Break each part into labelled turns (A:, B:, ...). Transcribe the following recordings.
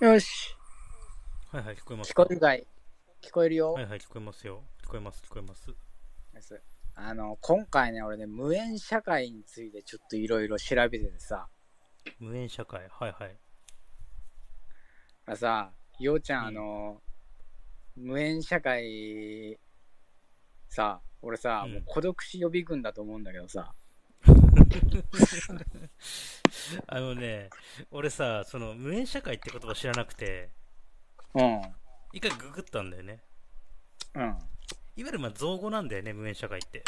A: よし。
B: はいはい、聞こえます
A: 聞。こえるかい聞こえるよ。
B: はいはい、聞こえますよ。聞こえます、聞こえます。
A: ですあの、今回ね、俺ね、無縁社会についてちょっといろいろ調べててさ、
B: 無縁社会、はいはい。
A: あさ、ようちゃん、
B: うん
A: あの、無縁社会、さ、俺さ、
B: うん
A: もう孤独死予備軍だと思うんだけどさ、
B: あのね、俺さ、その無縁社会って言葉知らなくて、
A: うん、
B: 一回ググったんだよね。
A: うん、
B: いわゆるまあ造語なんだよね、無縁社会って。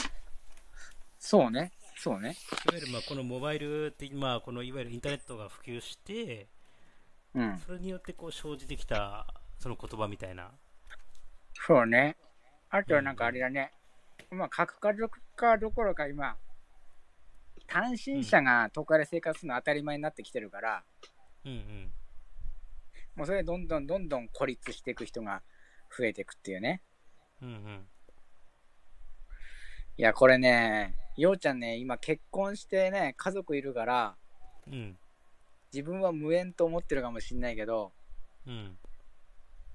A: そうね、そうね、
B: いわゆるまあこのモバイルって、まあこのいわゆるインターネットが普及して、
A: うん、
B: それによってこう生じてきたその言葉みたいな。
A: そうね。あとはなんかあれだね、まあ、核家族化どころか今、単身者が都会で生活するの当たり前になってきてるから、
B: うんうん。
A: もうそれでどんどんどんどん孤立していく人が増えていくっていうね。
B: うんうん。
A: いや、これね、ようちゃんね、今結婚してね、家族いるから、
B: うん。
A: 自分は無縁と思ってるかもしんないけど、
B: うん。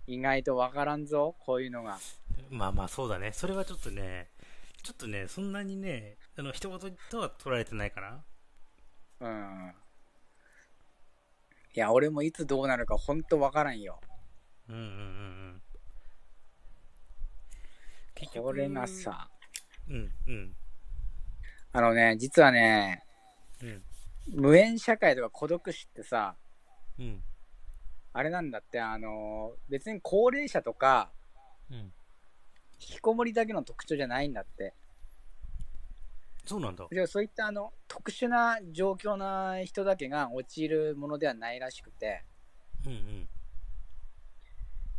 A: 意外とわからんぞ、こういうのが。
B: まあまあそうだね。それはちょっとね、ちょっとね、そんなにね、あの、一言とは取られてないかな。
A: うん。いや、俺もいつどうなるかほんとわからんよ。
B: うんうんうんうん。結
A: これが。さ、
B: うんうん
A: あのね、実はね、
B: うん
A: 無縁社会とか孤独死ってさ、
B: うん
A: あれなんだって、あの、別に高齢者とか、
B: うん。
A: 引きこもりだけの特徴じゃないんだって。
B: そうなんだ。
A: じゃあそういったあの特殊な状況な人だけが陥るものではないらしくて
B: うんうん。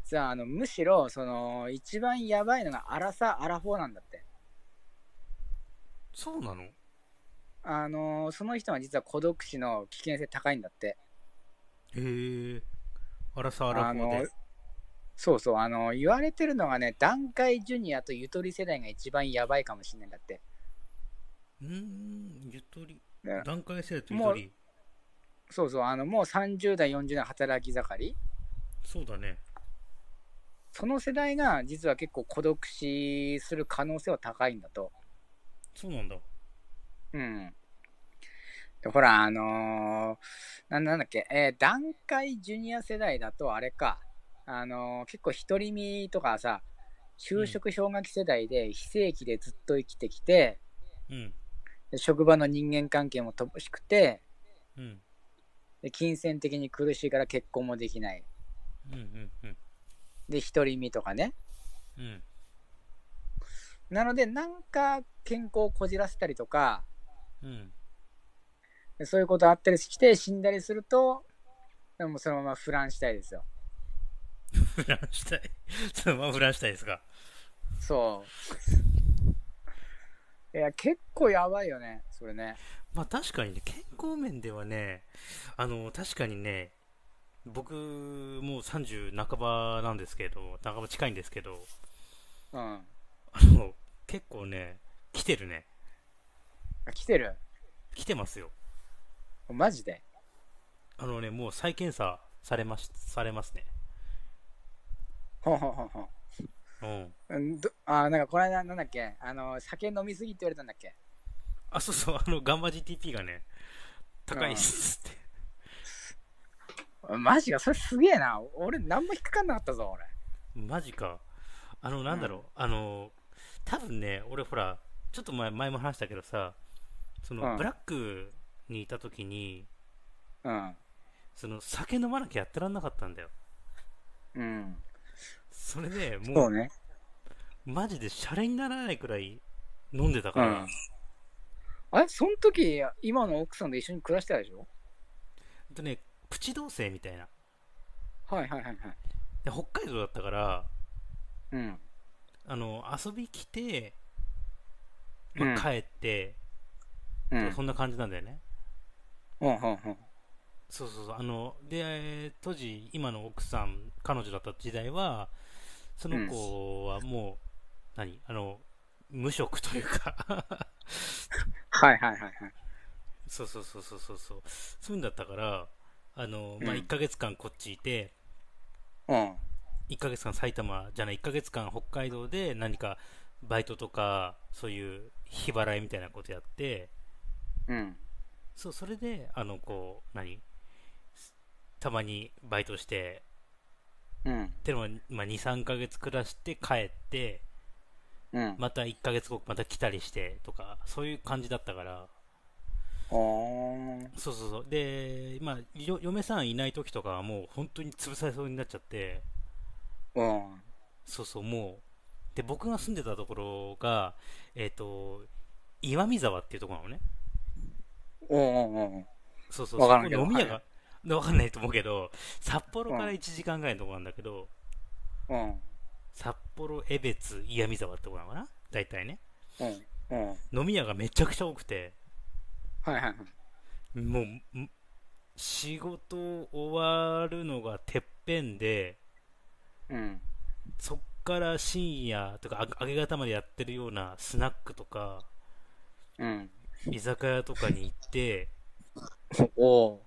A: 実はあのむしろその一番やばいのがアラサアラフォーなんだって
B: そうなの
A: あのーその人は実は孤独死の危険性高いんだって
B: へえ。あらさあら
A: あ
B: フ
A: の
B: ォー
A: ー
B: で。
A: そうそうあのー言われてるのがね団塊ジュニアとゆとり世代が一番やばいかもしれないんだって
B: うーん、ゆとり
A: ね。
B: 段階生とゆとり。
A: そうそうあのもう30代40代の働き盛り
B: そうだね。
A: その世代が実は結構孤独死する可能性は高いんだと
B: そうなんだ。
A: うん。でほら、あのーなんなんだっけ、えー団塊ジュニア世代だとあれか、あのー結構独り身とかさ、就職氷河期世代で非正規でずっと生きてきて、
B: うん。
A: で職場の人間関係も乏しくて
B: うん。
A: で、金銭的に苦しいから結婚もできない。
B: うんうんうん。
A: で、独り身とかね。
B: うん。
A: なので、なんか健康をこじらせたりとか、
B: うん。
A: でそういうことあったりして死んだりすると、でもそのまま腐乱したいですよ。
B: フランしたい。そのままフランしたいですか。
A: そう。いや、結構やばいよね、それね。
B: まあ確かにね、健康面ではね、あの、確かにね、僕、もう30半ばなんですけど、半ば近いんですけど、
A: うん。
B: あの、結構ね、来てるね。
A: あ来てる
B: 来てますよ。
A: マジで
B: あのね、もう再検査されまし、されますね。
A: ほんほんほんほん
B: うん。
A: うん。どあ、なんかこの間、なんだっけあの、酒飲みすぎって言われたんだっけ
B: あ、そうそう、あの、ガンマ GTP がね、高いっすって。
A: あマジか、それすげえな。俺、何も引っかかんなかったぞ、俺。
B: マジか。あの、なんだろう、あの、多分ね、俺ほら、ちょっと前、前も話したけどさ、その、
A: うん
B: ブラックにいた時に、
A: うん。
B: その、酒飲まなきゃやってらんなかったんだよ。
A: うん。
B: それで、
A: そ
B: も
A: う
B: う、
A: ね。
B: マジでシャレにならないくらい飲んでたから、
A: うんあれその時、今の奥さんと一緒に暮らしてたでしょ
B: ほんとね、プチ同棲みたいな。
A: はいはいはいはい。
B: で、北海道だったから、
A: うん。
B: あの、遊び来て、ま
A: うん
B: あ、帰って、
A: う
B: と
A: ん
B: か。そんな感じなんだよね。
A: うんうんうん。
B: そうそうそうあので当時今の奥さん彼女だった時代はその子はもう、何あの無職というか
A: はいはいはいはい。
B: そうそうそうそうそうそうそういうんだったからあの、まあ、
A: うん
B: 1ヶ月間こっちいて、
A: うん。
B: 1ヶ月間埼玉じゃない1ヶ月間北海道で何かバイトとかそういう日払いみたいなことやって
A: うん。
B: そうそれであのこう何すたまにバイトして
A: うん。
B: でも、まあ、23ヶ月暮らして帰って
A: うん。
B: また1ヶ月後また来たりしてとかそういう感じだったから
A: おー
B: そうそうそうで、まあ、よ嫁さんいない時とかはもう本当に潰されそうになっちゃって
A: うん。
B: そうそう、もう。で、僕が住んでたところが、えっ、と、岩見沢っていうところなのね。
A: おー
B: そうそう、
A: わからんけ
B: そ
A: ど
B: こ飲み屋
A: は
B: が、 わかんないと思うけど、札幌か
A: う
B: ら
A: ん
B: 1時間ぐらいのところなんだけど、
A: おーおー
B: 札幌、江別、岩見沢ってところなのかな大体ね。
A: うん。うん。うん。
B: 飲み屋がめちゃくちゃ多くて、
A: はいはいはい。
B: もう、ん仕事終わるのがてっぺんで、
A: うん。
B: そっから深夜とかあ明け方までやってるようなスナックとか、
A: うん。
B: 居酒屋とかに行って、
A: おー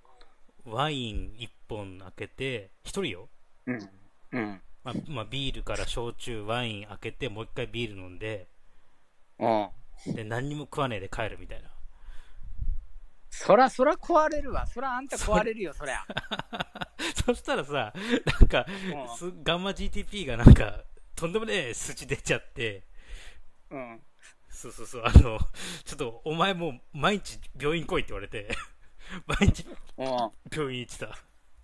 B: ワイン1本開けて、1人よ、
A: うん。うん。
B: まあまあ、ビールから焼酎、ワイン開けて、もう1回ビール飲んで、
A: うん。
B: で何にも食わねえで帰るみたいな、
A: そらそら壊れるわ。そらあんた壊れるよ、そりゃ。
B: そしたらさ、なんか、
A: う
B: すガンマ GTP がなんか、とんでもねえ数値出ちゃって、
A: ん。うん。
B: そうそうそう、あの、ちょっ とお前もう毎日病院来いって言われて、毎日
A: うん。
B: 病院行ってた。